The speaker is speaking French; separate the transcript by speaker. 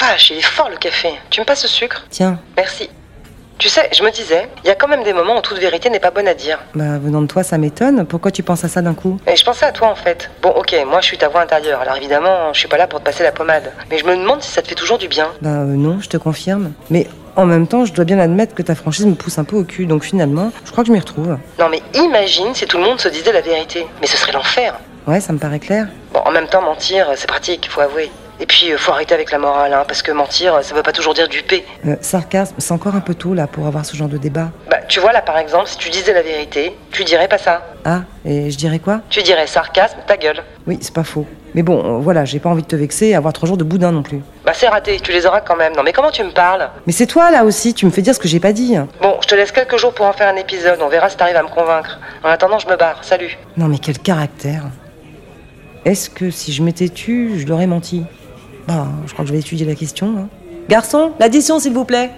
Speaker 1: vache, il est fort le café. Tu me passes le sucre
Speaker 2: Tiens,
Speaker 1: Merci. Tu sais, je me disais, il y a quand même des moments où toute vérité n'est pas bonne à dire.
Speaker 2: bah venant de toi, ça m'étonne. Pourquoi tu penses à ça d'un coup
Speaker 1: Et je pensais à toi en fait. Bon, ok, moi je suis ta voix intérieure, alors évidemment, je suis pas là pour te passer la pommade. Mais je me demande si ça te fait toujours du bien.
Speaker 2: Bah euh, non, je te confirme. Mais en même temps, je dois bien admettre que ta franchise me pousse un peu au cul, donc finalement, je crois que je m'y retrouve.
Speaker 1: Non mais imagine si tout le monde se disait la vérité. Mais ce serait l'enfer.
Speaker 2: Ouais, ça me paraît clair.
Speaker 1: Bon, en même temps, mentir, euh, c'est pratique, faut avouer. Et puis, euh, faut arrêter avec la morale, hein, parce que mentir, euh, ça veut pas toujours dire duper.
Speaker 2: Euh, sarcasme, c'est encore un peu tôt là pour avoir ce genre de débat.
Speaker 1: Bah, tu vois, là, par exemple, si tu disais la vérité, tu dirais pas ça.
Speaker 2: Ah, et je dirais quoi
Speaker 1: Tu dirais sarcasme, ta gueule.
Speaker 2: Oui, c'est pas faux. Mais bon, euh, voilà, j'ai pas envie de te vexer et avoir trois jours de boudin non plus.
Speaker 1: Bah, c'est raté, tu les auras quand même. Non, mais comment tu me parles
Speaker 2: Mais c'est toi là aussi, tu me fais dire ce que j'ai pas dit.
Speaker 1: Bon, je te laisse quelques jours pour en faire un épisode, on verra si t'arrives à me convaincre. En attendant, je me barre, salut.
Speaker 2: Non mais quel caractère Est-ce que si je m'étais tue, je l'aurais menti Bah, je crois que je vais étudier la question. hein. Garçon, l'addition s'il vous plaît